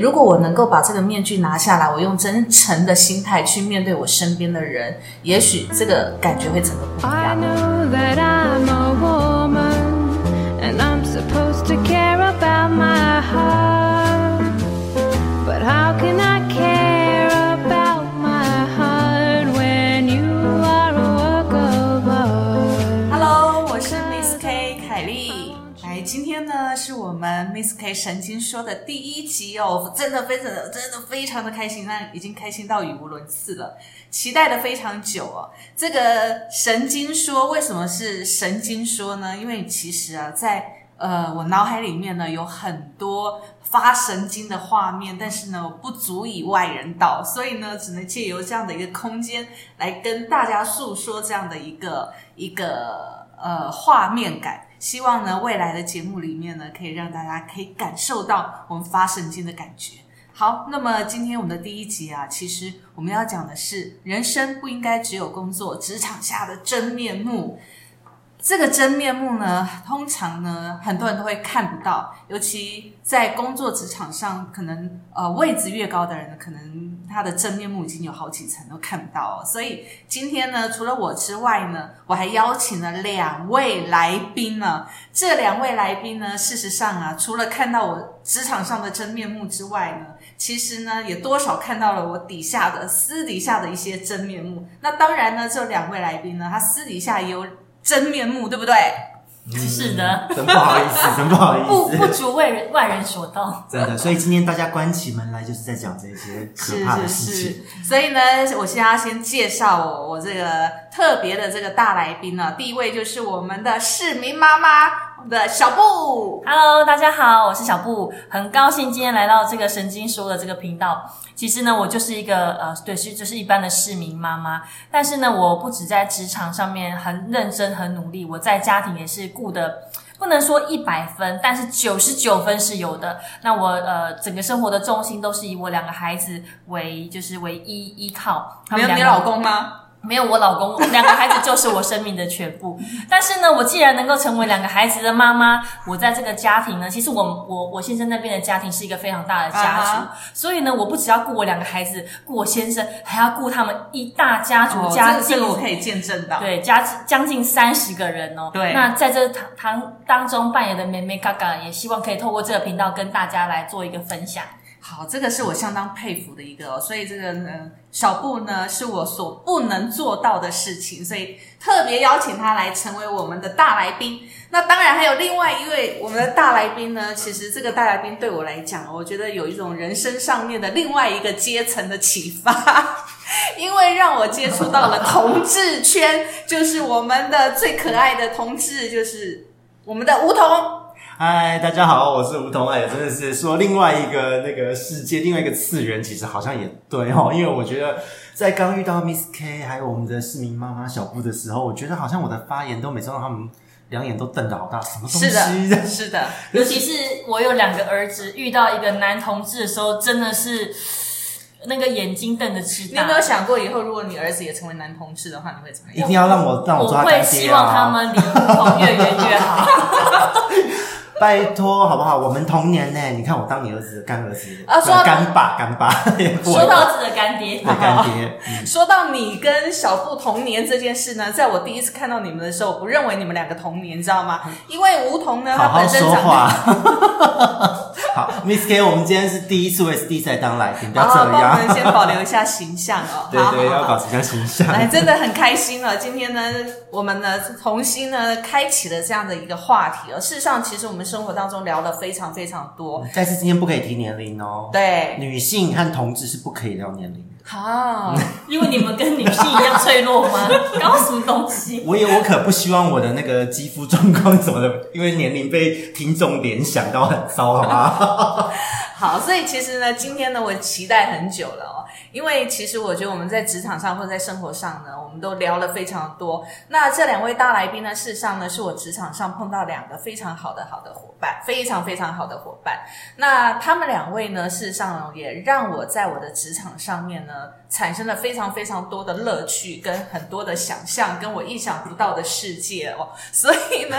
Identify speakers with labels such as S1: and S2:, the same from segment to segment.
S1: 如果我能够把这个面具拿下来，我用真诚的心态去面对我身边的人，也许这个感觉会整个不一
S2: I
S1: 样。
S2: know that I'm a woman and I'm supposed to care about my heart. But how can I care about my heart when you are a work of art?
S1: Hello，我是 Miss K 凯莉。来，今天呢是我们 Miss K 神经说的第一集哦，真的非常的真的非常的开心，那已经开心到语无伦次了，期待的非常久哦。这个神经说为什么是神经说呢？因为其实啊，在呃我脑海里面呢有很多发神经的画面，但是呢我不足以外人道，所以呢只能借由这样的一个空间来跟大家诉说这样的一个一个呃画面感。希望呢未来的节目里面呢，可以让大家可以感受到我们发神经的感觉。好，那么今天我们的第一集啊，其实我们要讲的是人生不应该只有工作，职场下的真面目。这个真面目呢，通常呢，很多人都会看不到，尤其在工作职场上，可能呃位置越高的人呢，可能他的真面目已经有好几层都看不到、哦。所以今天呢，除了我之外呢，我还邀请了两位来宾呢。这两位来宾呢，事实上啊，除了看到我职场上的真面目之外呢，其实呢，也多少看到了我底下的私底下的一些真面目。那当然呢，这两位来宾呢，他私底下也有真面目，对不对？
S3: 嗯是的，
S4: 真不好意思，真不好
S3: 不
S4: 意
S3: 不
S4: 思，
S3: 足为人外人所道。
S4: 真的。所以今天大家关起门来就是在讲这些可怕的
S1: 是
S4: 事
S1: 是
S4: 情。
S1: 是，所以呢，我现在要先介绍我我这个特别的这个大来宾呢，第一位就是我们的市民妈妈我们的小布。
S3: Hello，大家好，我是小布，很高兴今天来到这个神经说的这个频道。其实呢，我就是一个呃，对，是就是一般的市民妈妈，但是呢，我不止在职场上面很认真、很努力，我在家庭也是顾的。不能说一百分，但是九十九分是有的。那我呃，整个生活的重心都是以我两个孩子为就是为依依靠。他
S1: 没
S3: 们
S1: 有你
S3: 两个
S1: 老公吗？
S3: 没有我老公，两个孩子就是我生命的全部。 但是呢，我既然能够成为两个孩子的妈妈，我在这个家庭呢，其实我我我先生那边的家庭是一个非常大的家族，
S1: 啊
S3: 所以呢，我不只要顾我两个孩子，顾我先生，还要顾他们一大家族，
S1: 哦，这
S3: 家
S1: 个
S3: 近、
S1: 这个我可以见证到。
S3: 对，将将近三十个人哦。
S1: 对
S3: 那在这堂堂当中扮演的妹妹嘎嘎，也希望可以透过这个频道跟大家来做一个分享。
S1: 好，这个是我相当佩服的一个、哦，所以这个呢，小布呢是我所不能做到的事情，所以特别邀请他来成为我们的大来宾。那当然还有另外一位我们的大来宾呢，其实这个大来宾对我来讲，我觉得有一种人生上面的另外一个阶层的启发， 因为让我接触到了同志圈，就是我们的最可爱的同志，就是我们的梧桐。
S4: 嗨，大家好，我是吴桐。哎，真的是说另外一个那个世界，另外一个次元，其实好像也对哦。因为我觉得在刚遇到 Miss K 还有我们的市民妈妈小布的时候，我觉得好像我的发言都每次让他们两眼都瞪得好大，什么东
S1: 是的，
S4: 西？
S1: 是的。
S3: 尤其是我有两个儿子，遇到一个男同志的时候，真的是那个眼睛瞪得直
S1: 你有
S3: 大
S1: 没。有想过，以后如果你儿子也成为男同志的话，你会怎么
S4: 一
S1: 样？
S4: 定要让我让我
S3: 我
S4: 抓
S3: 会
S4: 干
S3: 希
S4: 爹
S3: 望他
S4: 啊！
S3: 们离梧桐越远越 好。
S4: 拜托，好不好？我们童年呢，你看我当你儿子的干儿子，
S1: 啊说到
S4: 干爸干爸，
S3: 说到自己的干爹，
S4: 对干爹，嗯
S1: 说到你跟小布同年这件事呢，在我第一次看到你们的时候，我不认为你们两个同年，你知道吗？因为梧桐呢，
S4: 嗯 好
S1: 他
S4: 好
S1: 本身
S4: 说
S1: 长
S4: 话
S1: 得。。
S4: 好，Miss K，我们今天是第一次，我也是第一次来当来宾，不
S1: 然
S4: 要
S1: 后
S4: 这
S1: 帮我们先
S4: 样。。
S1: 保留一下形象哦
S4: 对
S1: 好
S4: 对，
S1: 好
S4: 要
S1: 好
S4: 保持一下形象。
S1: 哎，真的很开心了。今天呢，我们呢重新呢开启了这样的一个话题哦。事实上，其实我们生活当中聊了非常非常多。
S4: 但是今天不可以提年龄哦。，
S1: 对，
S4: 女性和同志是不可以聊年龄。
S1: 好，
S3: 因为你们跟女性一样脆弱 吗？搞什么东西？
S4: 我也我可不希望我的那个肌肤状况什么的，因为年龄被听众联想到很糟，好吗？
S1: 好，所以其实呢，今天呢，我期待很久了哦，因为其实我觉得我们在职场上或者在生活上呢，我们都聊了非常多。那这两位大来宾呢，事实上呢，是我职场上碰到两个非常好的好的伙伴，非常非常好的伙伴。那他们两位呢，事实上呢也让我在我的职场上面呢，产生了非常非常多的乐趣，跟很多的想象，跟我意想不到的世界哦。所以呢，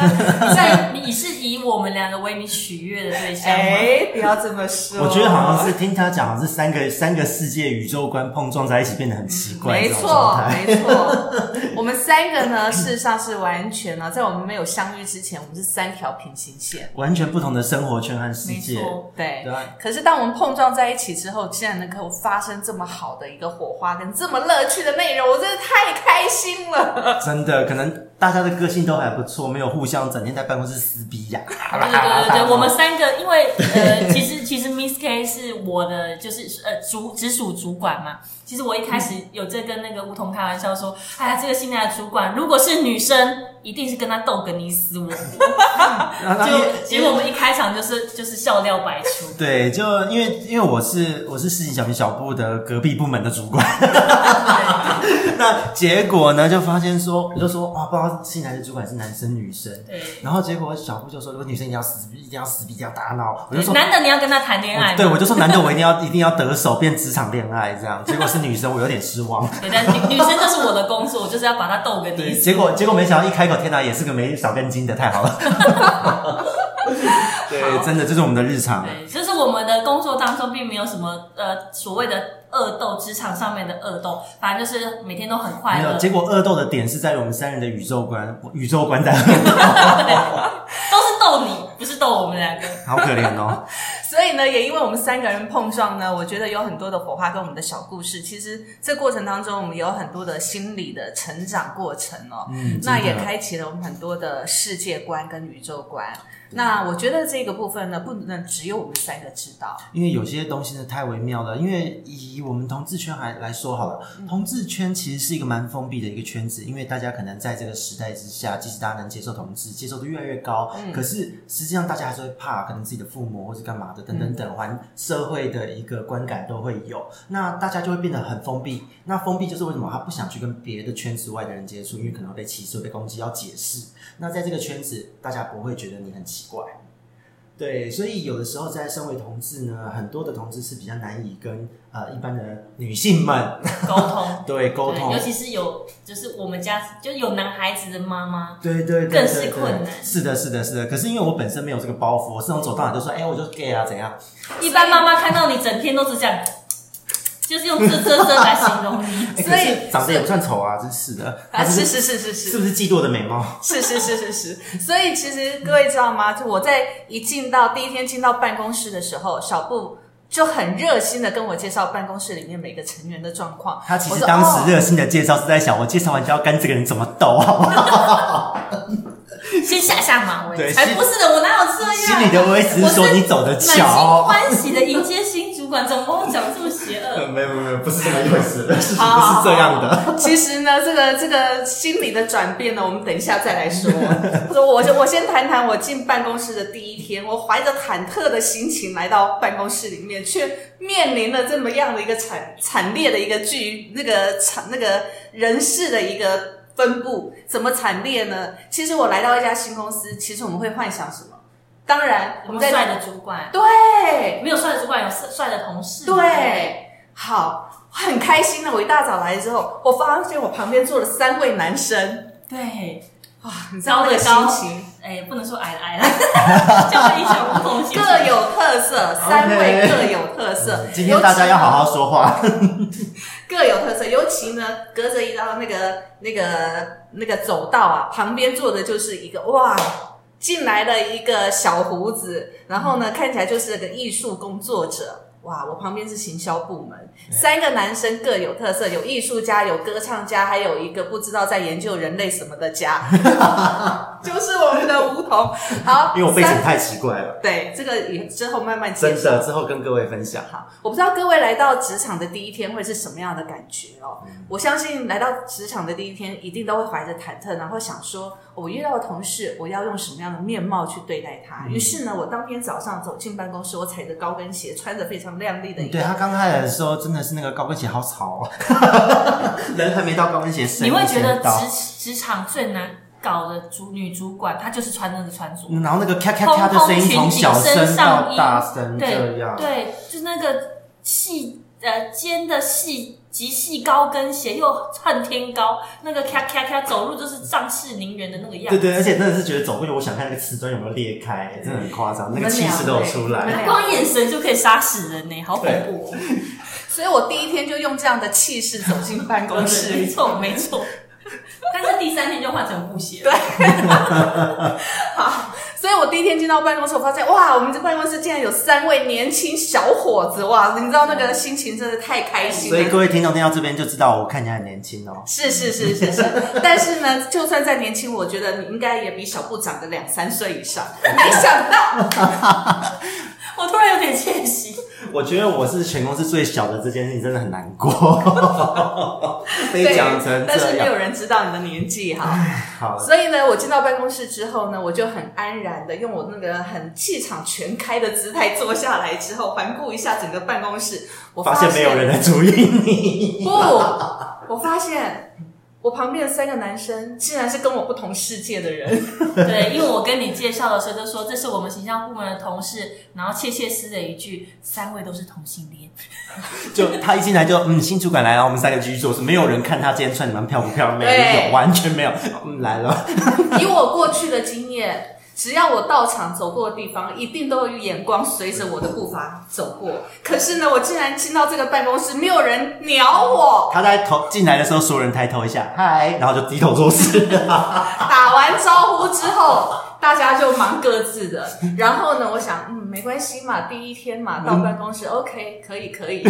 S1: 在
S3: 在你是以我们两个为你取悦的对象吗？
S1: 哎，不要这么说，
S4: 我觉得好像是听他讲，好像是三个三个世界宇宙观碰撞在一起，变得很奇怪。
S1: 没
S4: 这种状
S1: 错，
S4: 态
S1: 没 错。我们三个呢，事实上是完全呢，在我们没有相遇之前，我们是三条平行线。
S4: 完全不同的生活圈和世
S3: 没
S4: 界。
S3: 错，
S1: 对
S4: 对啊，
S1: 可是当我们碰撞在一起之后，竟然能够发生这么好的一个火花，跟这么乐趣的内容，我真的太开心了。
S4: 真的，可能大家的个性都还不错，没有互相整天在办公室撕逼呀、
S3: 对对对对对，我们三个，因为呃，其实其实 Miss K 是我的，就是呃主直属主管嘛。其实我一开始
S4: 嗯
S3: 有在跟那个梧桐开玩笑说，哎呀，这个新来的主管如果是女生，一定是跟他斗个你死 我活。
S4: 然后
S3: 就结果我们一开场就是就是笑料百出。
S4: 对，就因为因为我是我是市井小民小部的隔壁部门的主管， 那结果呢就发现说，我就说哦哇，不知道新来的主管是男生女生，
S3: 对，
S4: 然后结果小布就说，如果女生一定要撕逼，一定要撕逼，一定要打闹，我就说。
S3: 男的你要跟他谈恋爱嘛，
S4: 对，我就说男的我一定要一定要得手变职场恋爱这样，结果是女生，我有点失望。
S3: 对，但女女生就是我的工作，我就是要把她逗个你
S4: 对，
S3: 死。
S4: 结果结果没想到一开口，天哪，也是个没少根筋的，太好 了。对，真的这是我们的日常。
S3: 对，就是我们的工作当中并没有什么呃所谓的恶斗，职场上面的恶斗，反正就是每天都很快
S4: 没有，
S3: 乐，
S4: 结果恶斗的点是在于我们三人的宇宙观，宇宙观 在，
S3: 都是逗你，不是逗我们两个。
S4: 好可怜哦。
S1: 所以呢，也因为我们三个人碰撞呢，我觉得有很多的火花跟我们的小故事。其实这过程当中，我们有很多的心理的成长过程哦。
S4: 嗯，
S1: 那
S4: 真
S1: 也
S4: 的
S1: 开启了我们很多的世界观跟宇宙观。那我觉得这个部分呢，不能只有我们三个知道。啊
S4: 因为有些东西呢太微妙了。因为以我们同志圈还来说好了，同志圈其实是一个蛮封闭的一个圈子，因为大家可能在这个时代之下，即使大家能接受同志，接受度越来越高，可是实际上大家还是会怕，可能自己的父母或是干嘛的等等等，环社会的一个观感都会有。那大家就会变得很封闭。那封闭就是为什么他不想去跟别的圈子外的人接触，因为可能会被歧视、会被攻击，要解释。那在这个圈子，大家不会觉得你很奇怪。对，所以有的时候在身为同志呢，很多的同志是比较难以跟呃一般的女性们，
S3: 沟通
S4: 对沟通
S3: 对，尤，其是有就是我们家就是有男孩子的妈妈，
S4: 对对对，
S3: 更是
S4: 对对
S3: 困难
S4: 是的，是的，是的。可是因为我本身没有这个包袱，我是那种走到哪就说，哎、我就是 gay 啊，怎样？
S3: 一般妈妈看到你整天都是这样，就是用这这这来形 容你。
S4: 哎、
S1: 所
S4: 可
S1: 以
S4: 是长得也不算丑啊，真是的。
S1: 啊，
S4: 他
S1: 是是
S4: 是
S1: 是是是
S4: 是不是嫉妒我的美貌？
S1: 是是是是是，所以其实各位知道吗？就我在一进到第一天进到办公室的时候，小布就很热心的跟我介绍办公室里面每个成员的状况。
S4: 他其
S1: 我
S4: 实
S1: 说
S4: 当
S1: 哦
S4: 时热心的介绍是在想，我介绍完就要跟这个人怎么斗，好不好？
S3: 先下下马威，
S4: 对
S3: 才
S4: 心
S3: 不是的，我哪有这样？啊
S4: 心里的 OS 是说你走得
S3: 满心
S4: 巧。
S3: 欢喜的迎接新主管，怎么跟我讲这么邪 恶？
S4: 呃没有没有没有，不是这么一回事，事情
S1: 好
S4: 不
S1: 好
S4: 是这样的。
S1: 其实呢，这个这个心理的转变呢，我们等一下再来说。说我就我先谈谈我进办公室的第一天，我怀着忐忑的心情来到办公室里面，却面临了这么样的一个惨惨烈的一个剧那个惨那个人事的一个分布，怎么惨烈呢？其实我来到一家新公司，其实我们会幻想什么？当然，
S3: 我
S1: 我们在
S3: 们帅的主管，
S1: 对
S3: 没有帅的主管，有帅帅的同事。
S1: 对，好，很开心的。我一大早来之后，我发现我旁边坐了三位男生，
S3: 对，
S1: 哇，你知道
S3: 高
S1: 那个
S3: 的
S1: 心
S3: 高
S1: 情，，
S3: 哎，不能说矮的 矮了，叫一小不同心
S1: 各有特色，三位各有特色。
S4: 嗯今天大家要好
S1: 尤
S4: 好说话。
S1: 其各有特色，尤其呢，隔着一道那个那个那个走道啊，旁边坐的就是一个哇。进来了一个小胡子，然后呢，看起来就是个艺术工作者。哇，我旁边是行销部门，三个男生各有特色，有艺术家，有歌唱家，还有一个不知道在研究人类什么的 家，就是我们的梧桐。好，
S4: 因为我背景
S1: 三
S4: 太奇怪了，
S1: 对这个也之后慢慢介
S4: 真
S1: 绍。
S4: 的，之后跟各位分享。
S1: 好，我不知道各位来到职场的第一天会是什么样的感觉哦。
S4: 嗯
S1: 我相信来到职场的第一天，一定都会怀着忐忑，然后想说，哦我遇到的同事，我要用什
S4: 嗯
S1: 么样的面貌去对待他。于是呢，我当天早上走进办公室，我踩着高跟鞋，穿着非常常亮丽的一
S4: 对啊
S1: 个。
S4: 他刚开始的时候，真的是那个高跟鞋好吵、哦， 人还没到高跟鞋深，
S3: 你会觉得
S4: 先到
S3: 职职场最难搞的主女主管，她就是穿那个穿着，
S4: 嗯然后那个咔咔咔的
S3: 蓬蓬
S4: 声音从
S3: 裙
S4: 小
S3: 紧身
S4: 声
S3: 上
S4: 到
S3: 衣
S4: 大声嗯这
S3: 对
S4: 样，
S3: 对，就是那个细呃尖的细极细高跟鞋，又恨天高，那个咔咔咔走路就是仗势凌人的那个样
S4: 对
S3: 子。
S4: 对，而且真的是觉得走过去，我想看那个瓷砖有没有裂开，真的很夸张，那个气势都有出
S1: 你们俩
S4: 来。
S1: 对
S3: 光眼神就可以杀死人呢、好恐怖、哦！
S1: 所以我第一天就用这样的气势走进办公室
S3: 没
S1: 里。
S3: 错没错。但是第三天就换成布鞋了，
S1: 好，所以我第一天进到办公室，我发现哇，我们这办公室竟然有三位年轻小伙子，哇，你知道那个心情真的太开心
S4: 所以各
S1: 了。
S4: 位听众听到这边就知道，我看起来很年轻哦。
S1: 是是是是 是，但是呢，就算再年轻，我觉得你应该也比小部长的两三岁以上。 没想到，
S3: 我突然有点窃喜。
S4: 我觉得我是全公司最小的这件事情，真的很难 过，被讲成
S1: 但是
S4: 这
S1: 没
S4: 样
S1: 有。人知道你的年纪哈。
S4: 好，
S1: 所以呢，我进到办公室之后呢，我就很安然的用我那个很气场全开的姿态坐下来之后，环顾一下整个办公室，我
S4: 发
S1: 现
S4: 现没有人来注意你，
S1: 不，我发现我旁边的三个男生竟然是跟我不同世界的人，
S3: 对，因为我跟你介绍的时候就说这是我们形象部门的同事，然后窃窃私了一句，三位都是同性恋。
S4: 就他一进来就嗯，新主管来了，我们三个继续做事，没有人看他今天穿你们漂不漂亮，没
S1: 对
S4: 有，完全没有，嗯，来了。
S1: 以我过去的经验。只要我到场走过的地方，一定都有眼光随着我的步伐走过。可是呢，我竟然进到这个办公室，没有人鸟我。
S4: 他在头进来的时候，所有人抬头一下，嗨，然后就低头做 事。
S1: 打完招呼之后，大家就忙各自的。然后呢，我想，嗯，没关系嘛，第一天嘛，到办公室、o k 可以可以。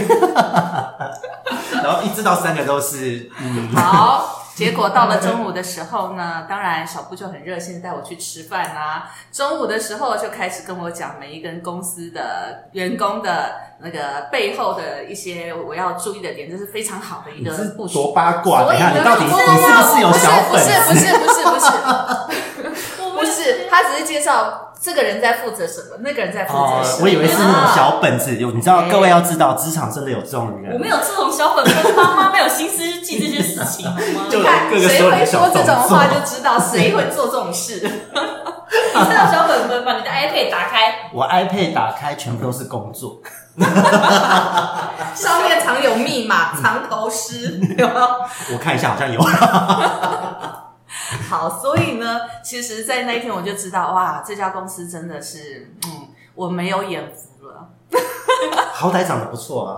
S4: 然后一直到三个都是，嗯，
S1: 好，结果到了中午的时候呢，当然小布就很热心地带我去吃饭啊。中午的时候就开始跟我讲每一个公司的员工的那个背后的一些我要注意的点，这是非常好的一
S4: 你
S1: 个
S4: 是
S1: 部署
S4: 多。八卦？
S1: 所
S4: 等
S1: 以
S4: 一下，
S1: 呢
S4: 你到底你是
S1: 不
S4: 不是有小
S1: 不
S4: 粉
S1: 是不
S4: 丝？
S1: 是不是不是。
S3: 我
S1: 不是，他只是介绍这个人在负责什么，那个人在负责
S4: 哦
S1: 什么。，
S4: 我以为是那种
S1: 啊。
S4: 小本子。有，你知道，各位要知道，职场真的有这种
S3: 我
S4: 人。
S3: 没有这种小粉跟妈妈没有心思去记这些事情，好吗？
S4: 就
S1: 你看，
S4: 各个
S1: 谁
S4: 所有
S1: 会
S4: 的小
S1: 说
S4: 动
S1: 这
S4: 作
S1: 种话就知道谁会做这种事。
S3: 你知道小粉粉把你的 iPad 打开，
S4: 我 iPad 打开，全部都是工作。
S1: 上面藏有密码，藏头诗， 有没有？
S4: 我看一下，好 像有。
S1: 好，所以呢，其实，在那一天我就知道，哇，这家公司真的是，嗯，我没有眼福了。
S4: 好歹长得不错啊。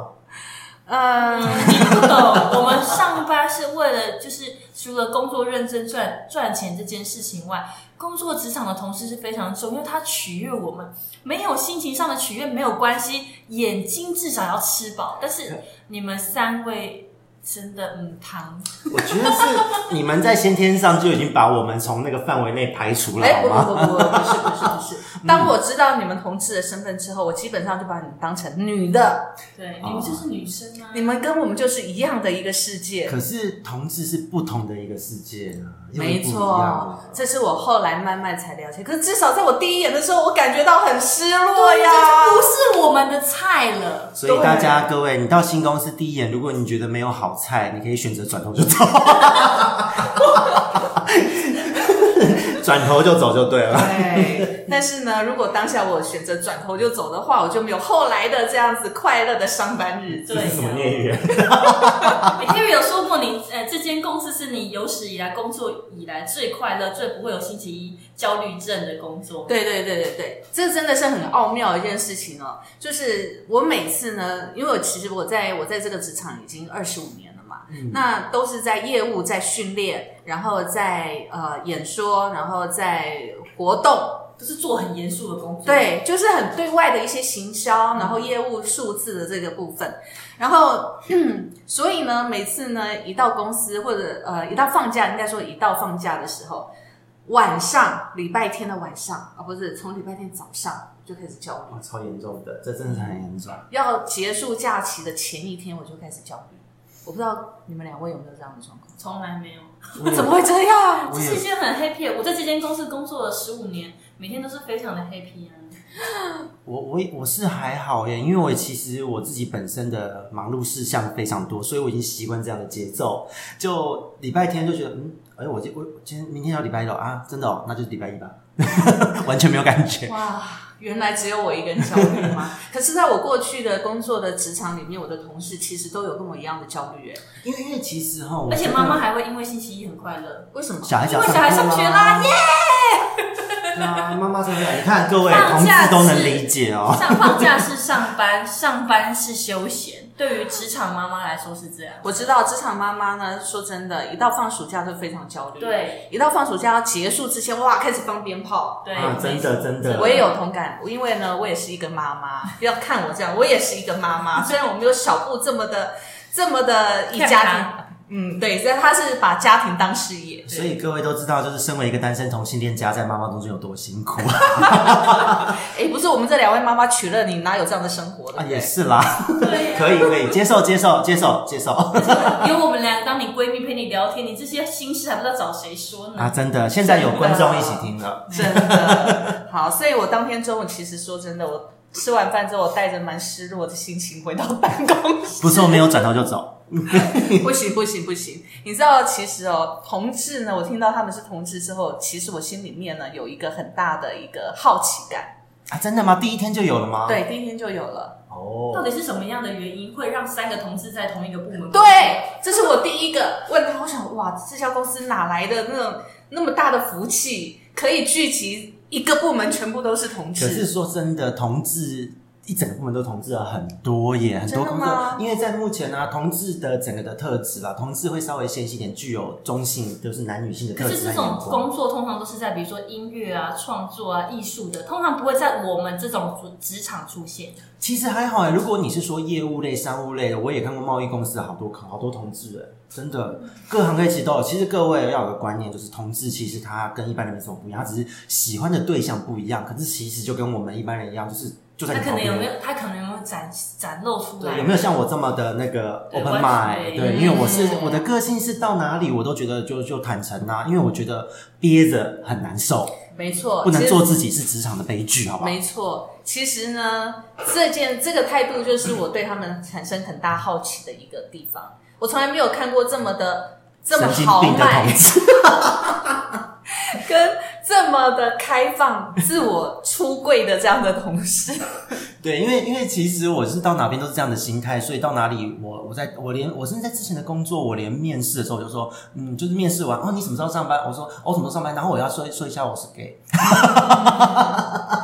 S1: 嗯，
S3: 你不懂，我们上班是为了就是除了工作认真赚赚钱这件事情外，工作职场的同事是非常重要，因为他取悦我们，没有心情上的取悦没有关系，眼睛至少要吃饱。但是你们三位真的嗯糖，
S4: 我觉得是你们在先天上就已经把我们从那个范围内排除了，
S1: 哎，
S4: 好
S1: 不不嗯
S4: 吗？
S1: 不不，不是不是 不是。当我知道你们同志的身份之后，我基本上就把你们当成女的，
S3: 对，你们就是女生啊，
S1: 你们跟我们就是一样的一个世界。
S4: 可是同志是不同的一个世界啊，又
S1: 没
S4: 不一样
S1: 错
S4: 啊，
S1: 这是我后来慢慢才了解。可是至少在我第一眼的时候，我感觉到很失落呀。
S3: 这就不是我们的菜了。
S4: 所以大家各位，你到新公司第一眼，如果你觉得没有好菜，你可以选择转头 就走，转头就走就对了。
S1: 对，但是呢，如果当下我选择转头就走的话，我就没有后来的这样子快乐的上班日子。
S3: 对
S4: 这是什么孽缘？
S3: 欸 Terry 有说过你，呃，这间公司是你有史以来工作以来最快乐、最不会有星期一焦虑症的工作。
S1: 对对对对对，这真的是很奥妙的一件事情哦。就是我每次呢，因为我其实我在我在这个职场已经二十五年了嘛，
S4: 嗯
S1: 那都是在业务、在训练，然后在呃演说，然后在活动，
S3: 不是做很严肃的工作。，
S1: 对，就是很对外的一些行销，然后业务数字的这个部分。然后， 所以呢，每次呢，一到公司或者呃，一到放假，应该说一到放假的时候，晚上礼拜天的晚上啊，不是从礼拜天早上就开始焦虑，
S4: 哇，哦超严重的，这真的是很严重。
S1: 要结束假期的前一天我就开始焦虑。我不知道你们两位有没有这样的状况？
S3: 从来没有。
S1: 怎么会这样？
S4: 我
S3: 这
S4: 也
S3: 是一件很 happy 的。我在这间公司工作了十五年，每天都是非常的 happy 啊。
S4: 我我也我是还好耶，因为我其实我自己本身的忙碌事项非常多，所以我已经习惯这样的节奏。就礼拜天就觉得，嗯，哎，我今我我今天明天要礼拜一了啊，真的哦，那就是礼拜一吧， 完全没有感觉。
S1: 哇，原来只有我一个人焦虑吗？可是，在我过去的工作的职场里面，我的同事其实都有跟我一样的焦虑，哎，
S4: 因为因为其实哈，我
S3: 而且
S4: 觉得
S3: 妈妈还会因为星期一很快乐，
S1: 为什么？
S4: 小孩
S3: 因
S4: 小
S3: 为小孩上学啦，耶！
S4: 对啊，妈妈真的，你看各位
S3: 放
S4: 同志
S3: 假
S4: 都能
S3: 是
S4: 理解哦。
S3: 上放假是上班，上班是休闲。对于职场妈妈来说是这样，
S1: 我知道职场妈妈呢，说真的，一到放暑假就非常焦虑，，
S3: 对
S1: 一到放暑假要结束之前，哇，开始放鞭炮。
S3: 对，
S4: 啊，真的真的，
S1: 我也有同感，因为呢，我也是一个妈妈。不要看我这样，我也是一个妈 妈。虽然我没有小布这么的、这么的一家庭，嗯，对，但他是把家庭当事业。
S4: 所以各位都知道，就是身为一个单身同性恋家，在妈妈中间有多辛苦
S1: 哎，不是我们这两位妈妈娶了你，哪有这样的生活
S4: 啊，
S1: 的？
S4: 也是啦，
S3: 对啊
S4: 可以可以接受接受接受接受
S3: 有我们俩当你闺蜜陪你聊天，你这些心事还不知道找谁说
S4: 啊，
S3: 呢。
S4: 真的，现在有观众一起听了，
S1: 真的好，所以我当天中午其实说真的，我吃完饭之后，我带着蛮失落的心情回到办公室。
S4: 不是我没有转头就走，
S1: 不行不行不行！你知道，其实哦，同志呢，我听到他们是同志之后，其实我心里面呢有一个很大的一个好奇感。
S4: 啊，真的吗？第一天就有了吗？，
S1: 对，第一天就有了。
S3: 到
S4: 哦，
S3: 底是什么样的原因会让三个同事在同一个部门？
S1: 对，这是我第一个问他，我想哇，这家公司哪来的那种那么大的福气，可以聚集一个部门全部都是同
S4: 可
S1: 志？
S4: 是说真的，同志。一整个部门都同志了很多耶，很多
S1: 真
S4: 工
S1: 的吗
S4: 作，因为在目前啊，同志的整个的特质啦，同志会稍微纤细一点，具有中性，就是男女性的
S3: 可
S4: 特质
S3: 是
S4: 在
S3: 这
S4: 眼
S3: 种
S4: 光。
S3: 工作通常都是在比如说音乐啊、创作啊、艺术的，通常不会在我们这种职场出现。
S4: 其实还好哎、如果你是说业务类、商务类的，我也看过贸易公司好多好多同志哎、真的，各行各业其实都有。其实各位要有个观念，就是同志其实他跟一般人没什么不一样，他只是喜欢的对象不一样，可是其实就跟我们一般人一样，就是就在
S3: 他
S4: 你
S3: 可
S4: 旁
S3: 能有没
S4: 边。
S3: 有？他可能有没有展展露出来？
S4: 对，有没有像我这么的那个
S3: 对嗯
S4: open mind？
S3: 完全
S4: 对，因为我是我的个性是到哪里我都觉得就就坦诚啊，因为我觉得憋着很难受，
S1: 没错，
S4: 不能
S1: 其实
S4: 做自己是职场的悲剧，好不好？
S1: 没错，其实呢，这件这个态度就是我对他们产生很大好奇的一个地方。我从来没有看过这么的这么
S4: 神经
S1: 豪
S4: 病的
S1: 迈
S4: 同，志，
S1: 跟这么的开放、自我出柜的这样的同事。
S4: 对，因为因为其实我是到哪边都是这样的心态，所以到哪里我我在我连我甚至在之前的工作，我连面试的时候我就说，嗯，就是面试完哦，你什么时候上班？我说哦，我什么时候上班？然后我要说说一下我是 gay，
S1: 好，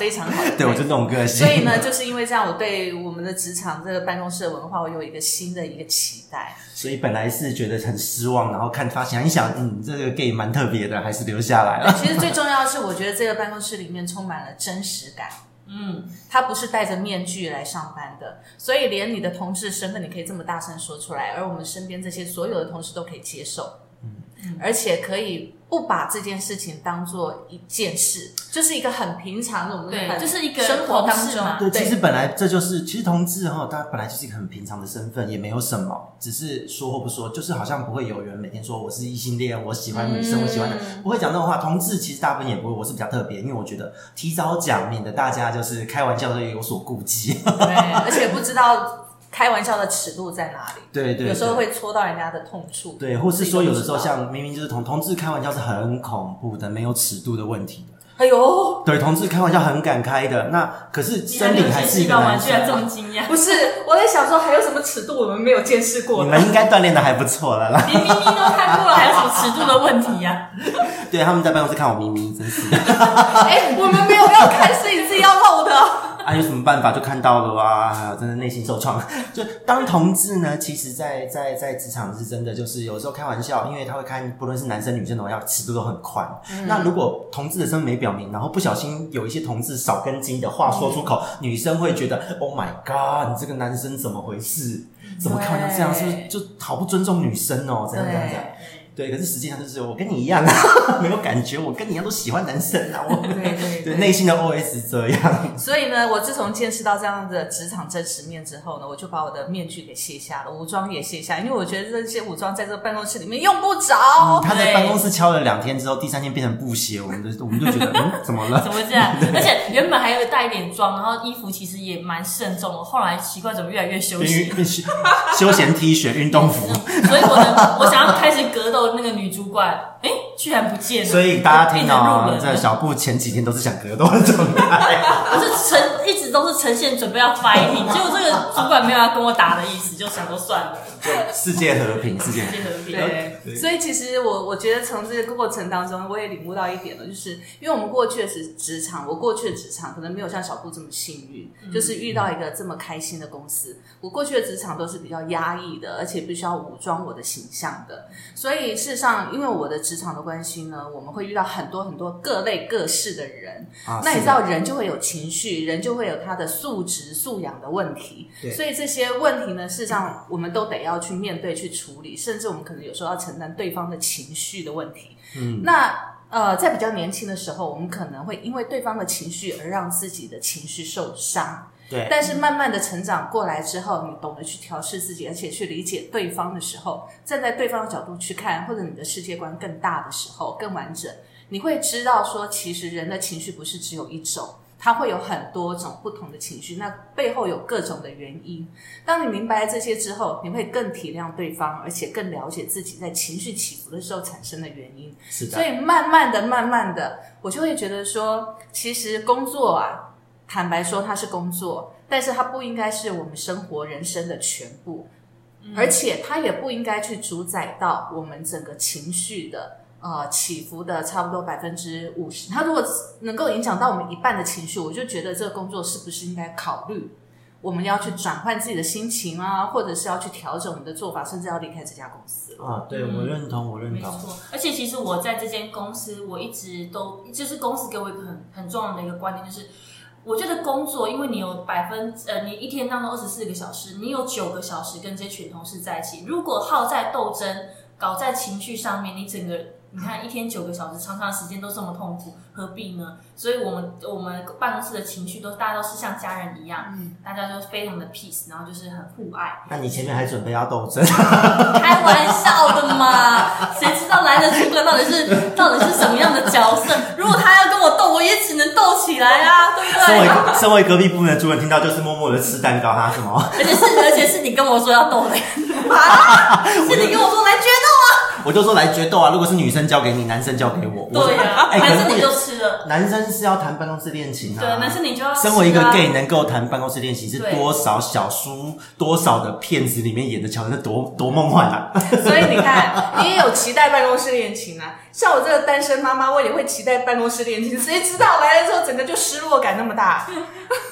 S1: 非常好。
S4: 对我就那种个性
S1: 所。以呢，就是因为这样，我对我们的职场这个办公室的文化，我有一个新的一个期待。
S4: 所以本来是觉得很失望，然后看发现一想，嗯，这个 gay 蛮特别的，还是留下来了。
S1: 其实最重要的是，我觉得这个办公室里面充满了真实感。
S3: 嗯，
S1: 他不是戴着面具来上班的，所以连你的同事身份你可以这么大声说出来，而我们身边这些所有的同事都可以接受，嗯，而且可以不把这件事情当做一件事，就是一个很平常的我们
S3: 对
S1: 很
S3: 就是一个
S1: 生活
S3: 同
S1: 当
S3: 事
S1: 中
S3: 嘛，
S4: 对，其实本来这就是，其实同志哈，他本来就是一个很平常的身份，也没有什么，只是说或不说，就是好像不会有人每天说我是异性恋，我喜欢女生，
S1: 嗯
S4: 我喜欢男，不会讲这种话。同志其实大部分也不会，我是比较特别，因为我觉得提早讲，免得大家就是开玩笑的时候有所顾忌。
S1: 对，而且不知道开玩笑的尺度在哪里，
S4: 对对，
S1: 有时候
S4: 对
S1: 会戳到人家的痛处，
S4: 对，或是说有的时候
S1: 自己都不知道
S4: 像明明就是同同志开玩笑是很恐怖的，没有尺度的问题的。
S1: 哎呦，
S4: 对，同志开玩笑很敢开的，那可是
S3: 你还
S4: 生
S3: 没有
S4: 理还
S3: 见
S4: 是一
S3: 识
S4: 个
S3: 到吗？
S4: 男
S3: 居然这么
S4: 生。啊
S3: 惊讶，
S1: 不是，我在想说还有什么尺度我们没有见识过
S4: 你
S1: 的，
S4: 们应该锻炼的还不错了啦。
S3: 连咪咪都看过了，还有什么尺度的问题啊呀、
S4: 对，他们在办公室看我咪咪，真是的。
S1: 哎、我们没有要看，是你自己要露的，
S4: 啊，有什么办法就看到了啊，真的内心受创。 就当同志呢，其实在在在职场是真的，就是有时候开玩笑，因为他会看，不论是男生女生的玩笑，尺度都很宽。那如果同志的身份没表明，然后不小心有一些同志少根筋的话说出口，女生会觉得 Oh my God，你这个男生怎么回事？怎么开玩笑这样？是不是就好不尊重女生哦？怎样怎样怎样？
S1: 对。
S4: 对，可是实际上就是我跟你一样啊， 没有感觉，我跟你一样都喜欢男生啊，我
S1: 对对
S4: 对内心的 OS 这样，
S1: 所以呢，我自从见识到这样的职场真实面之后呢，我就把我的面具给卸下了，武装也卸下，因为我觉得这些武装在这个办公室里面用不着。
S4: 他在
S3: 哦对
S4: 办公室敲了两天之后，第三天变成布鞋，我们 的我们就觉得嗯怎么了？
S3: 怎么会这样？而且原本还有带一点妆，然后衣服其实也蛮慎重的。后来奇怪，怎么越来越休
S4: 变
S3: 息
S4: 运？变休休闲 T 恤、运动 服，
S3: 所以我的我想要开始格斗那个女主管，哎、居然不见了。
S4: 所以大家听
S3: 变成
S4: 哦，
S3: 路人
S4: 这小布前几天都是想格斗的状态，
S3: 我是呈一直都是呈现准备要 fighting，结果这个主管没有要跟我打的意思，就想说算了，
S4: 世界和平，世界和
S3: 世
S4: 平
S3: 界和平。
S1: 对， 所以其实我我觉得从这个过程当中，我也领悟到一点了，就是因为我们过去的职职场，我过去的职场可能没有像小布这么幸运，就是遇到一个这么开心的公司。我过去的职场都是比较压抑的，而且必须要武装我的形象的。所以事实上，因为我的职场的关系呢，我们会遇到很多很多各类各式的人，
S4: 啊
S1: 那你
S4: 是
S1: 知
S4: 的
S1: 道人就会有情绪，人就会有他的素质素养的问题
S4: 对，
S1: 所以这些问题呢，事实上我们都得要去面对去处理，甚至我们可能有时候要承担对方的情绪的问题。嗯，那呃，在比较年轻的时候，我们可能会因为对方的情绪而让自己的情绪受伤。
S4: 对
S1: 但是慢慢的成长过来之后，你懂得去调试自己，而且去理解对方的时候，站在对方的角度去看，或者你的世界观更大的时候，更完整，你会知道说，其实人的情绪不是只有一种，它会有很多种不同的情绪，那背后有各种的原因。当你明白这些之后，你会更体谅对方，而且更了解自己在情绪起伏的时候产生的原因。
S4: 是的
S1: 所。以慢慢的、慢慢的，我就会觉得说，其实工作啊，坦白说它是工作，但是它不应该是我们生活人生的全部，而且它也不应该去主宰到我们整个情绪的。呃，起伏的差不多百分之五十。它如果能够影响到我们一半的情绪，我就觉得这个工作是不是应该考虑我们要去转换自己的心情啊，或者是要去调整我们的做法，甚至要离开这家公司了。
S4: 啊，对，我认同，我认
S3: 嗯没
S4: 同。
S3: 错，而且其实我在这间公司，我一直都就是公司给我一个很很重要的一个观点，就是我觉得工作，因为你有百分呃，你一天当中二十四个小时，你有九个小时跟这群同事在一起，如果耗在斗争、搞在情绪上面，你整个你看一天九个小时，长长的时间都这么痛苦，何必呢？所以我们我们办公室的情绪都大家都是像家人一样，
S1: 嗯，
S3: 大家都非常的 peace，然后就是很互爱。
S4: 那你前面还准备要斗争，
S3: 开玩笑的嘛，谁知道来的主管到底是到底是什么样的角色？如果他要跟我斗，我也只能斗起来啊，对不
S4: 身为
S3: 对？
S4: 身为隔壁部门的主人听到就是默默的吃蛋糕，他什么？
S3: 而且是而且是你跟我说要斗的，是你跟我说来决
S4: 我就说来决斗啊！如果是女生交给你，男生交给我，
S3: 斗
S4: 我
S3: 啊，对啊，
S4: 哎，可
S3: 男
S4: 是
S3: 生你
S4: 我
S3: 就吃了，
S4: 男生是要谈办公室恋情啊，
S3: 对，男生你就要吃啊
S4: 身为一个 gay 能够谈办公室恋情是
S3: 对
S4: 多少小说多少的片子里面演的桥段，那多多梦幻啊！
S1: 所以你看，你也有期待办公室恋情啊。像我这个单身妈妈，我也会期待办公室恋情，谁知道来了之后，整个就失落感那么大。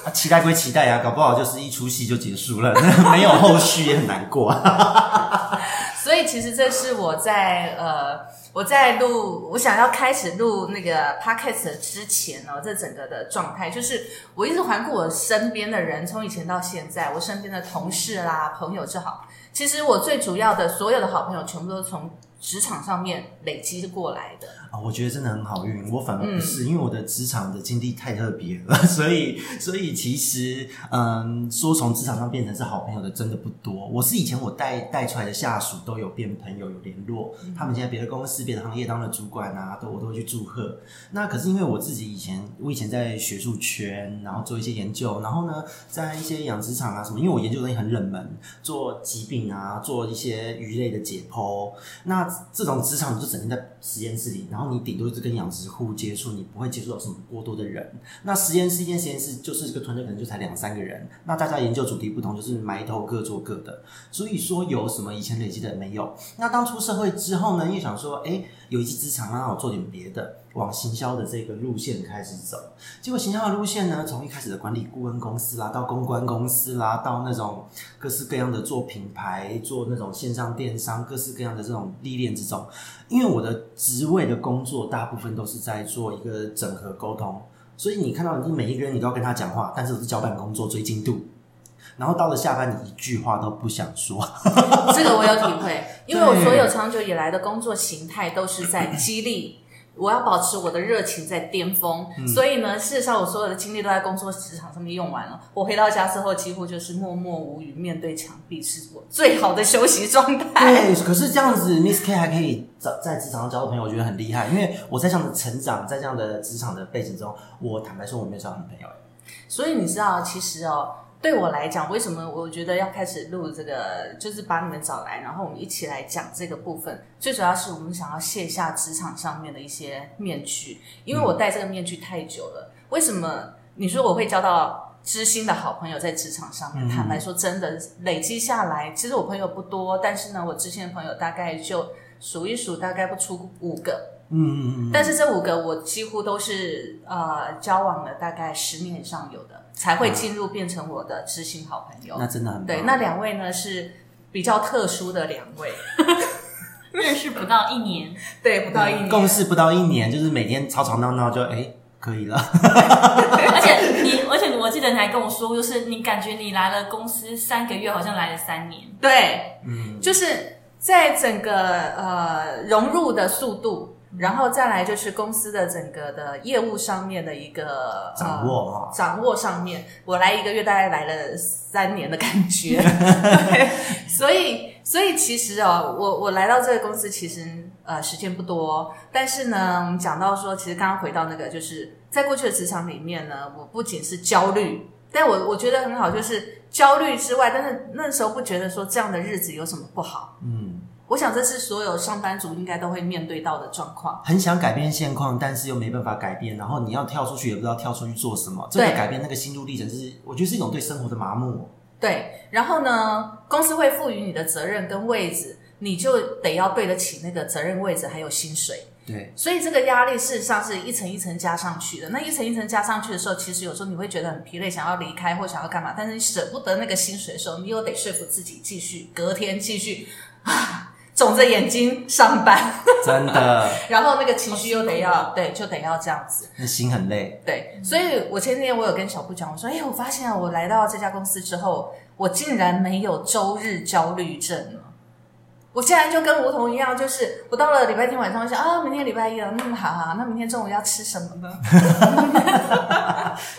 S4: 啊期待归期待啊，搞不好就是一出戏就结束了， 没有后续也很难过啊。
S1: 所以其实这是我在呃我在录我想要开始录那个 podcast 之前呢、这整个的状态就是我一直环顾我身边的人，从以前到现在，我身边的同事啦、朋友就好。其实我最主要的所有的好朋友，全部都是从职场上面累积过来的。
S4: 啊，我觉得真的很好运，我反而不是，因为我的职场的经历太特别了， 所以所以其实嗯，说从职场上变成是好朋友的真的不多。我是以前我带带出来的下属都有变朋友，有联络，他们现在别的公司、别的行业当了主管啊，都我都会去祝贺。那可是因为我自己以前，我以前在学术圈，然后做一些研究，然后呢，在一些养殖场啊什么，因为我研究的东西很冷门，做疾病啊，做一些鱼类的解剖，那这种职场你就整天在实验室里，然后你顶多是跟养殖户接触，你不会接触到什么过多的人。那实验室一间实验室就是这个团队可能就才两三个人，那大家研究主题不同，就是埋头各做各的。所以说有什么以前累积的没有？那当出社会之后呢，又想说，哎、有一技之长，让我做点别的，往行销的这个路线开始走。结果行销的路线呢，从一开始的管理顾问公司啦，到公关公司啦，到那种各式各样的做品牌、做那种线上电商，各式各样的这种历练之中，因为我的职位的工作大部分都是在做一个整合沟通，所以你看到的是每一个人你都要跟他讲话，但是都是交办工作追进度。然后到了下班，你一句话都不想说。
S1: 这个我有体会，因为我所有长久以来的工作形态都是在激励。我要保持我的热情在巅峰，所以呢，事实上我所有的精力都在工作职场上面用完了。我回到家之后，几乎就是默默无语，面对墙壁，是我最好的休息状态。
S4: 对，哎可是这样子，Miss K 还可以在在职场上交到朋友，我觉得很厉害。因为我在这样的成长，在这样的职场的背景中，我坦白说我没有交到女朋友。
S1: 所以你知道，其实哦，对我来讲，为什么我觉得要开始录这个，就是把你们找来，然后我们一起来讲这个部分。最主要是我们想要卸下职场上面的一些面具，因为我戴这个面具太久了。为什么你说我会交到知心的好朋友在职场上面？
S4: 嗯
S1: 坦白说，真的累积下来，其实我朋友不多，但是呢，我知心的朋友大概就数一数，大概不出五个。
S4: 嗯嗯嗯，
S1: 但是这五个我几乎都是呃交往了大概十年以上有的，才会进入变成我的知心好朋友。
S4: 嗯那真的很棒
S1: 对，那两位呢是比较特殊的两位，
S3: 认识不到一年，
S1: 对，不到一年。
S4: 共事不到一年，就是每天吵吵闹闹就哎、可以了。
S3: 而且你，而且我记得你还跟我说，就是你感觉你来了公司三个月，好像来了三年。
S1: 对，
S4: 嗯，
S1: 就是在整个呃融入的速度。然后再来就是公司的整个的业务上面的一个
S4: 掌
S1: 呃
S4: 握哈、
S1: 掌握上面，我来一个月大概来了三年的感觉，对所以所以其实哦，我我来到这个公司其实呃时间不多，但是呢，我们讲到说，其实刚刚回到那个，就是在过去的职场里面呢，我不仅是焦虑，但我我觉得很好，就是焦虑之外，但是那时候不觉得说这样的日子有什么不好，
S4: 嗯，
S1: 我想这是所有上班族应该都会面对到的状况。
S4: 很想改变现况，但是又没办法改变，然后你要跳出去也不知道跳出去做什么。这
S1: 对
S4: 个改变那个心路历程是，我觉得是一种对生活的麻木。
S1: 对，然后呢，公司会赋予你的责任跟位置，你就得要对得起那个责任位置还有薪水。
S4: 对，
S1: 所以这个压力事实上是一层一层加上去的。那一层一层加上去的时候，其实有时候你会觉得很疲累，想要离开或想要干嘛，但是你舍不得那个薪水的时候，你又得说服自己继续，隔天继续啊，肿着眼睛上班，
S4: 真的，
S1: 然后那个情绪又得要对，就得要这样子。
S4: 那心很累。
S1: 对，所以我前几天我有跟小布讲，我说，哎、我发现啊，我来到这家公司之后，我竟然没有周日焦虑症了。我竟然就跟梧桐一样，就是我到了礼拜天晚上，我想啊，明天礼拜一了，嗯，好好，那明天中午要吃什么呢？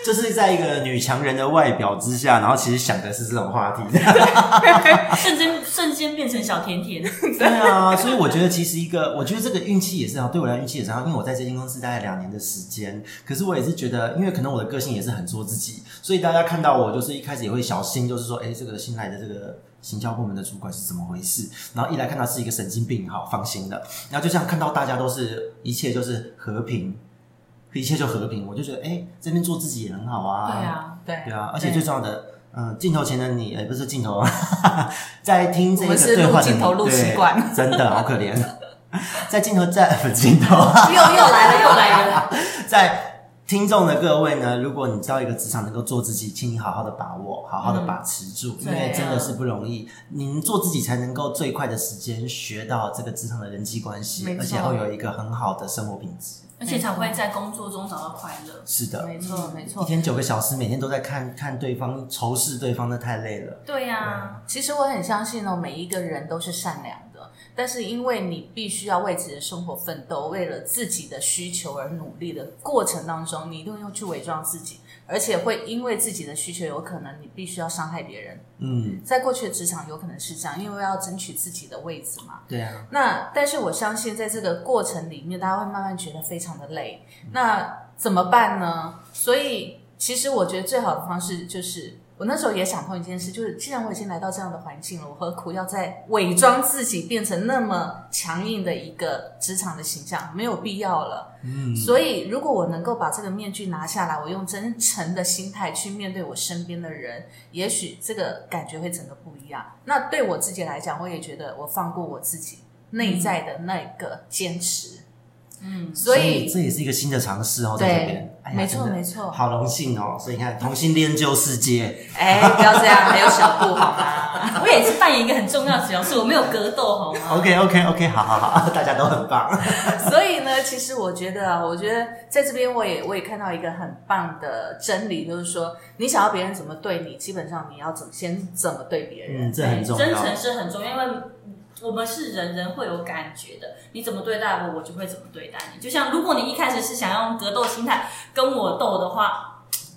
S4: 这是在一个女强人的外表之下，然后其实想的是这种话题。啊
S3: 瞬间瞬间变成小甜甜，
S4: 对啊，所以我觉得其实一个，我觉得这个运气也是好，对我来讲运气也是好，因为我在这间公司大概两年的时间，可是我也是觉得，因为可能我的个性也是很做自己，所以大家看到我就是一开始也会小心，就是说，哎，这个新来的这个。行销部门的主管是怎么回事？然后一来看到是一个神经病，好放心了。然后就这样看到大家都是一切就是和平，一切就和平，我就觉得哎、这边做自己也很好啊。
S3: 对啊，
S1: 对
S4: 对啊，而且
S1: 对
S4: 最重要的，嗯，镜头前的你，呃，不是镜头， 在听这
S1: 我
S4: 个
S1: 们是
S4: 对
S1: 录
S4: 话的
S1: 镜
S4: 你
S1: 头录习
S4: 对
S1: 惯
S4: 真的好可怜。 在镜头在 不是镜头，啊
S1: 又 又来了，又来了。
S3: 哦了，
S4: 在听众的各位呢，如果你知道一个职场能够做自己，请你好好的把握，好
S1: 嗯
S4: 好的把持住，因为
S3: 对啊
S4: 真的是不容易。您做自己才能够最快的时间学到这个职场的人际关系
S1: 没，错
S4: 而且会有一个很好的生活品质。
S3: 而且才会在工作中找到快乐。
S4: 是的，
S1: 没错，没
S4: 一
S1: 错。
S4: 天九个小时，每天都在看看对方，仇视对方，那太累了。
S3: 对呀、
S1: 其实我很相信哦，每一个人都是善良的，但是因为你必须要为自己的生活奋斗，为了自己的需求而努力的过程当中，你一定要去伪装自己，而且会因为自己的需求，有可能你必须要伤害别人。
S4: 嗯，
S1: 在过去的职场有可能是这样，因为要争取自己的位置嘛。
S4: 对啊。
S1: 那但是我相信，在这个过程里面，大家会慢慢觉得非常的累。那怎么办呢？所以其实我觉得最好的方式就是，我那时候也想通一件事，就是既然我已经来到这样的环境了，我何苦要再伪装自己变成那么强硬的一个职场的形象？没有必要了。
S4: 嗯
S1: 所以，如果我能够把这个面具拿下来，我用真诚的心态去面对我身边的人，也许这个感觉会整个不一样。那对我自己来讲，我也觉得我放过我自己内在的那个坚持。
S3: 嗯，
S1: 所以
S4: 这也是一个新的尝试哦，在这边，哎呀
S1: 没错
S4: 真的
S1: 没错
S4: 好荣幸哦。所以你看，同性恋救世界，
S1: 哎、不要这样，还有小布好吗？
S3: 我也是扮演一个很重要的角色，我没有格斗好吗？
S4: OK OK OK，好好好，大家都很棒。
S1: 所以呢，其实我觉得啊，我觉得在这边我也我也看到一个很棒的真理，就是说，你想要别人怎么对你，基本上你要怎么先怎么对别人。
S4: 嗯，这很重
S3: 真
S4: 要。
S3: 诚是很重要，因为我们是人人会有感觉的，你怎么对待我，我就会怎么对待你。就像如果你一开始是想要用格斗心态跟我斗的 话，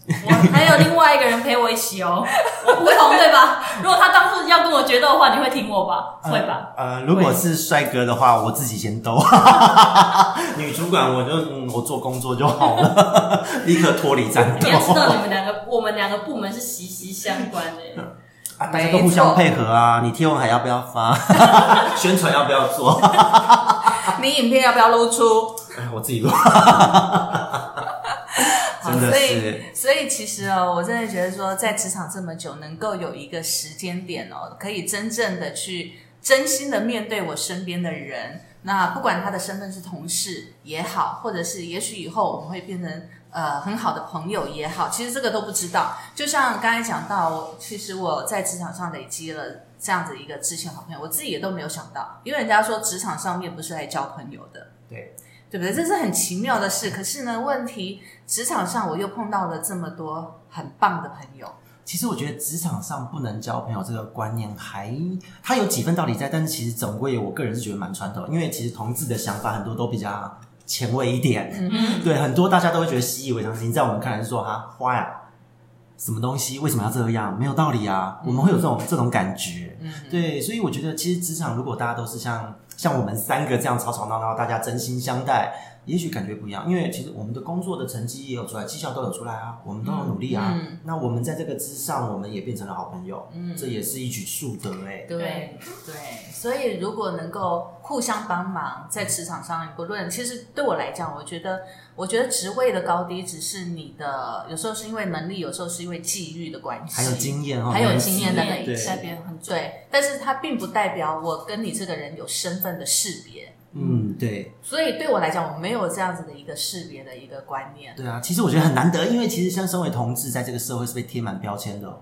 S3: 我还有另外一个人陪我一起哦，我不同对吧？如果他当初要跟我决斗的话，你会挺我吧？会吧？
S4: 呃？呃，如果是帅哥的话，我自己先兜。女主管，我就嗯，我做工作就好了，立刻脱离战斗
S3: 你要知道，你们两个，我们两个部门是息息相关 的、
S4: 啊！大家都互相配合啊！你贴文还要不要发？宣传要不要做？
S1: 啊你影片要不要露出？
S4: 哎我自己录。 真的
S1: 所
S4: 是，
S1: 以，所以其实哦，我真的觉得说，在职场这么久，能够有一个时间点哦，可以真正的去真心的面对我身边的人。那不管他的身份是同事也好，或者是也许以后我们会变成呃很好的朋友也好，其实这个都不知道。就像刚才讲到，其实我在职场上累积了这样子一个知心好朋友，我自己也都没有想到，因为人家说职场上面不是来交朋友的，
S4: 对
S1: 对不对？这是很奇妙的事。可是呢，问题职场上我又碰到了这么多很棒的朋友。
S4: 其实我觉得职场上不能交朋友这个观念还，它有几分道理在，但是其实总归我个人是觉得蛮传统的，因为其实同志的想法很多都比较前卫一点，
S3: 嗯，
S4: 对，很多大家都会觉得习以为常，你在我们看来是说哈花呀，什么东西，为什么要这样？没有道理啊！我们会有这种这种感觉，
S1: 嗯，
S4: 对，所以我觉得其实职场如果大家都是像像我们三个这样吵吵闹闹，大家真心相待，也许感觉不一样。因为其实我们的工作的成绩也有出来，绩效都有出来啊，我们都有努力啊。
S1: 嗯
S4: 那我们在这个之上，我们也变成了好朋友，
S1: 嗯
S4: 这也是一举数得哎、欸。
S1: 对对，所以如果能够互相帮忙，在职场上，不论其实对我来讲，我觉得，我觉得职位的高低只是你的，有时候是因为能力，有时候是因为际遇的关系，
S4: 还有经验哦，
S1: 还有经验的累
S4: 对
S1: 积
S3: 代表很重要。
S1: 对，但是它并不代表我跟你这个人有身份的识别，
S4: 嗯，对，
S1: 所以对我来讲，我没有这样子的一个识别的一个观念。
S4: 对啊，其实我觉得很难得，因为其实像身为同志，在这个社会是被贴满标签的哦。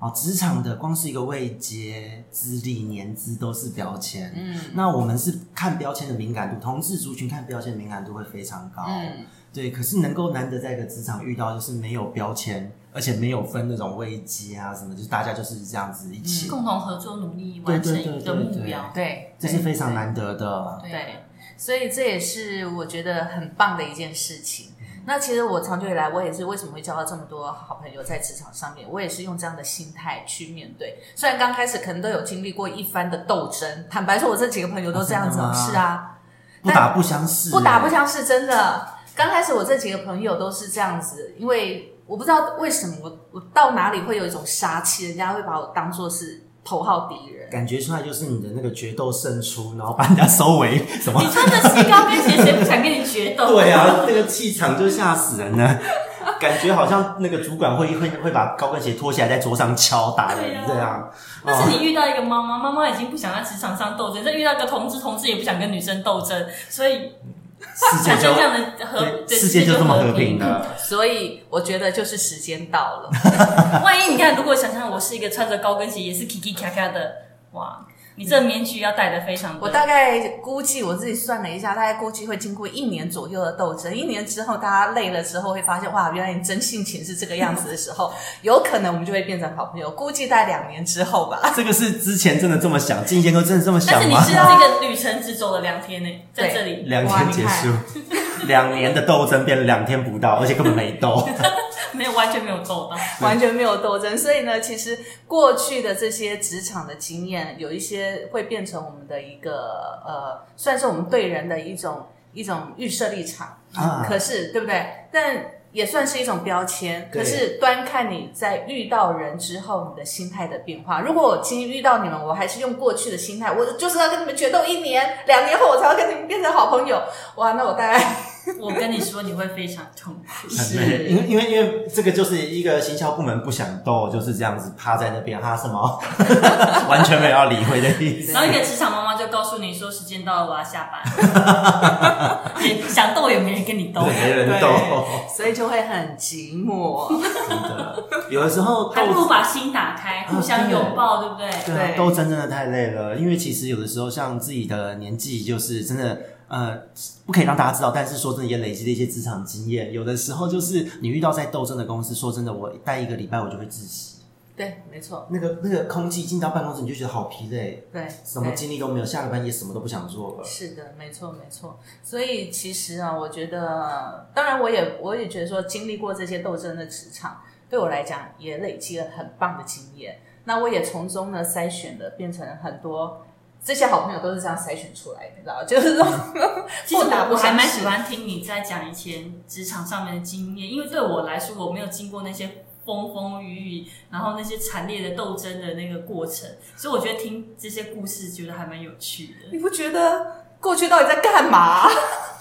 S4: 哦，职场的光是一个位阶、资历、年资都是标签。
S1: 嗯
S4: 那我们是看标签的敏感度，同志族群看标签的敏感度会非常高。
S1: 嗯，
S4: 对，可是能够难得在一个职场遇到，就是没有标签，而且没有分那种位阶啊什么，就是大家就是这样子一起，
S3: 共同合作，努力完成一个目标。
S1: 嗯对，
S4: 这是非常难得的。
S1: 对，所以这也是我觉得很棒的一件事情。
S4: 嗯
S1: 那其实我长久以来，我也是为什么会交到这么多好朋友在职场上面，我也是用这样的心态去面对。虽然刚开始可能都有经历过一番的斗争，坦白说，我这几个朋友都这样子，
S4: 啊真的吗
S1: 是啊，
S4: 不打不相识、
S1: 不打不
S4: 欸
S1: 相识，真的。刚开始我这几个朋友都是这样子，因为我不知道为什么我我到哪里会有一种杀气，人家会把我当做是头号敌人。
S4: 感觉出来就是你的那个决斗胜出，然后把人家收为 什么
S3: 你穿着细高跟鞋，谁不想跟你决斗？
S4: 对啊，那个气场就吓死人了，感觉好像那个主管会会会把高跟鞋脱下来在桌上敲打
S3: 对
S4: 人
S3: 啊
S4: 这样。
S3: 但
S4: 哦
S3: 是你遇到一个妈妈，妈妈已经不想在职场上斗争，再遇到一个同志，同志也不想跟女生斗争，所以
S4: 世界
S3: 产
S4: 就
S3: 生这样的和
S4: 对世界就这么和平。了。
S1: 所以我觉得就是时间到了。
S3: 万一你看，如果想象我是一个穿着高跟鞋也是 kiki 咔咔的，哇，你这面具要戴的非常的。
S1: 我大概估计我自己算了一下，大概估计会经过一年左右的斗争。一年之后，大家累了之后，会发现哇，原来你真性情是这个样子的时候，有可能我们就会变成好朋友。估计在两年之后吧。
S4: 这个是之前真的这么想，进贤哥真的这么
S3: 但
S4: 想
S3: 是你
S4: 吗？
S3: 是这个旅程只走了两天呢、在这里
S4: 两
S1: 哇
S4: 天
S1: 你
S4: 结
S1: 看
S4: 束，两年的斗争变两天不到，而且根本没斗。
S3: 没有完全没有斗到。
S1: 完全没有斗争，所以呢，其实过去的这些职场的经验，有一些会变成我们的一个呃，算是我们对人的一种一种预设立场。
S4: 啊
S1: 可是对不对？但也算是一种标签。
S4: 对
S1: 可是端看你在遇到人之后你的心态的变化。如果我今天遇到你们，我还是用过去的心态，我就是要跟你们决斗一年，两年后我才要跟你们变成好朋友。哇，那我大概
S3: 我跟你说，你会非常痛苦。
S4: 很累，因为因为因为这个就是一个行销部门不想斗， 就是这样子趴在那边哈什么，完全没有要理会的意思。
S3: 然后一个职场妈妈就就告诉你说时间到了，我要下班。也 想斗也没人跟你斗，
S4: 对，没人斗，
S1: 对，所以就会很寂寞。
S4: 真的。有的时候
S3: 还不如
S4: 斗
S3: 把心打开，互相拥抱，对不对？
S4: 对啊
S1: 对
S4: 斗争真的太累了，因为其实有的时候像自己的年纪，就是真的呃不可以让大家知道，但是说真的也累积了一些职场经验。有的时候就是你遇到在斗争的公司，说真的，我待一个礼拜我就会窒息，
S1: 对，没错，
S4: 那个那个空气进到办公室你就觉得好疲累，
S1: 对，
S4: 什么
S1: 对
S4: 精力都没有，下了班也什么都不想做了。
S1: 是的，没错没错。所以其实啊，我觉得，当然我也我也觉得说，经历过这些斗争的职场，对我来讲也累积了很棒的经验。那我也从中呢筛选的，变成很多这些好朋友都是这样筛选出来的，你知道， 就是说
S3: 其实
S1: 不打
S3: 我
S1: 不
S3: 我还
S1: 相
S3: 蛮
S1: 识
S3: 喜欢听你在讲以前职场上面的经验，因为对我来说，我没有经过那些风风雨雨，然后那些惨烈的斗争的那个过程，所以我觉得听这些故事，觉得还蛮有趣的。
S1: 你不觉得过去到底在干嘛？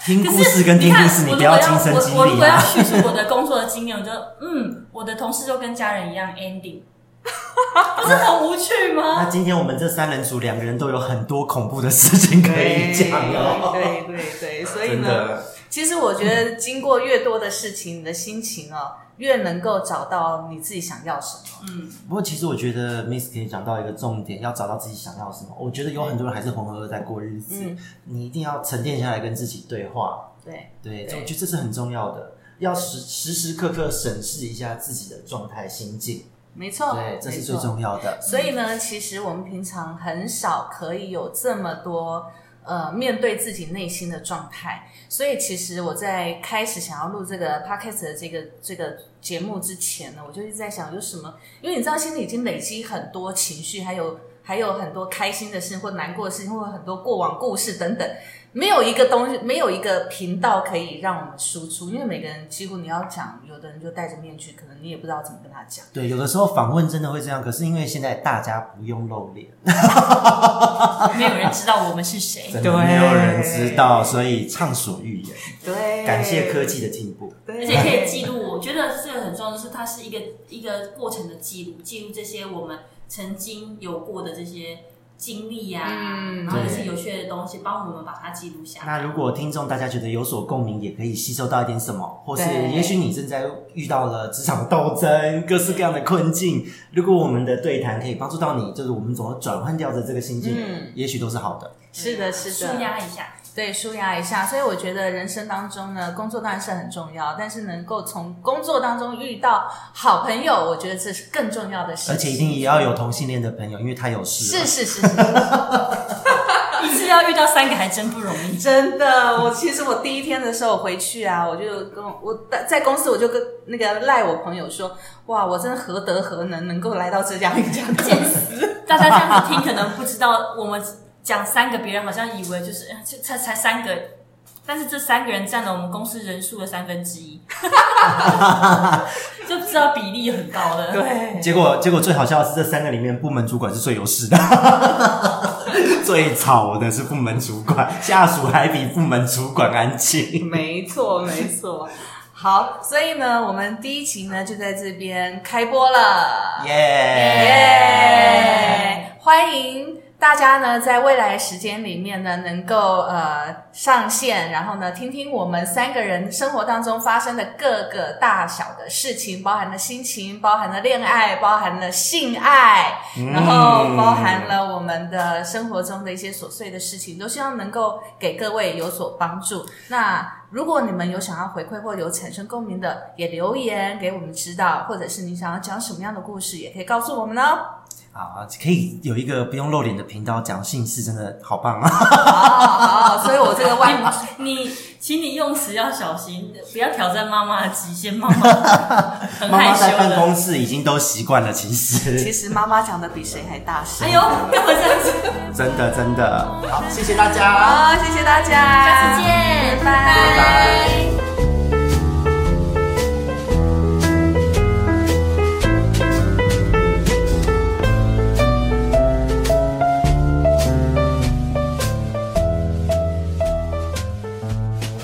S4: 听
S3: 可
S4: 故
S3: 是
S4: 事跟
S3: 你
S4: 听
S3: 看，
S4: 故事，你
S3: 我
S4: 不
S3: 如果
S4: 亲身
S3: 我我如
S4: 经历
S3: 果要
S4: 啊。
S3: 叙述我的工作的经验，我就嗯，我的同事就跟家人一样 ending，不是很无趣
S4: 那
S3: 吗？
S4: 今天我们这三人组两个人都有很多恐怖的事情 可以讲哦，
S1: 对对 对对，所以
S4: 真
S1: 呢，
S4: 的
S1: 其实我觉得，经过越多的事情，你的心情哦，越能够找到你自己想要什么。
S3: 嗯，
S4: 不过其实我觉得 Miss 可以讲到一个重点，要找到自己想要什么。我觉得有很多人还是浑浑噩噩在过日子，
S1: 嗯
S4: 你一定要沉淀下来跟自己对话。
S1: 对，
S4: 对，
S1: 对
S4: 我觉得这是很重要的，要时时时刻刻审视一下自己的状态、心境。
S1: 没错，
S4: 对，这是
S1: 哦没
S4: 最
S1: 错
S4: 重要的。
S1: 所以呢，其实我们平常很少可以有这么多呃面对自己内心的状态。所以其实我在开始想要录这个 podcast 的这个这个节目之前呢，我就一直在想有什么，因为你知道心里已经累积很多情绪，还有还有很多开心的事或难过的事情，或很多过往故事等等。没有一个东西，没有一个频道可以让我们输出，因为每个人几乎你要讲，有的人就戴着面具，可能你也不知道怎么跟他讲。
S4: 对，有的时候访问真的会这样，可是因为现在大家不用露脸，
S3: 啊没有人知道我们是谁。
S4: 真的没有人知道，所以畅所欲言。
S1: 对，
S4: 感谢科技的进步。
S1: 对
S3: 而且可以记录，我觉得这个很重要，就是它是一个一个过程的记录，记录这些我们曾经有过的这些经历呀、
S1: 嗯
S3: 然后
S4: 对
S3: 一些有趣的东西，帮我们把它记录下来。
S4: 那如果听众大家觉得有所共鸣，也可以吸收到一点什么，或是
S1: 对
S4: 也许你正在遇到了职场斗争、各式各样的困境，如果我们的对谈可以帮助到你，就是我们怎么转换掉的这个心境，
S1: 嗯
S4: 也许都是好的。
S1: 是的，是
S3: 舒
S1: 的，
S3: 压一下，
S1: 对，舒压一下。所以我觉得人生当中呢，工作当然是很重要，但是能够从工作当中遇到好朋友，我觉得这是更重要的事情。
S4: 而且一定也要有同性恋的朋友，因为他有事。
S1: 是是是是，
S3: 一次要遇到三个还真不容易。
S1: 真的。我其实我第一天的时候回去啊，我就跟我我在公司我就跟那个赖我朋友说，哇，我真的何德何能能够来到这家一家公司。
S3: 大家这样子听，可能不知道我们讲三个，别人好像以为就是呃就才才三个，但是这三个人占了我们公司人数的三分之 一，就知道比例很高了。
S1: 对，
S4: 结果结果最好笑的是，这三个里面部门主管是最有事的， 最吵的是部门主管，下属还比部门主管安静。
S1: 没错，没错。好，所以呢，我们第一期呢就在这边开播了，
S4: 耶、
S1: 耶！欢迎大家呢，在未来的时间里面呢，能够呃上线，然后呢，听听我们三个人生活当中发生的各个大小的事情，包含了心情，包含了恋爱，包含了性爱，然
S4: 嗯
S1: 后包含了我们的生活中的一些琐碎的事情，都希望能够给各位有所帮助。那如果你们有想要回馈或有产生共鸣的，也留言给我们知道，或者是你想要讲什么样的故事，也可以告诉我们哦。
S4: 啊，可以有一个不用露脸的频道讲姓氏，真的好棒啊！
S1: 好好，好所以我这个外貌，
S3: 你，请你用词要小心，不要挑战妈妈的极 限。妈妈很
S4: 妈
S3: 害
S4: 妈在
S3: 羞
S4: 办
S3: 的。
S4: 公室已经都习惯了，其
S1: 其
S4: 实
S1: 实妈妈讲的比谁还大声。
S3: 哎呦，干嘛这样子？
S4: 真的真的。
S1: 好，谢谢大家，好，谢谢大家，
S3: 下次见。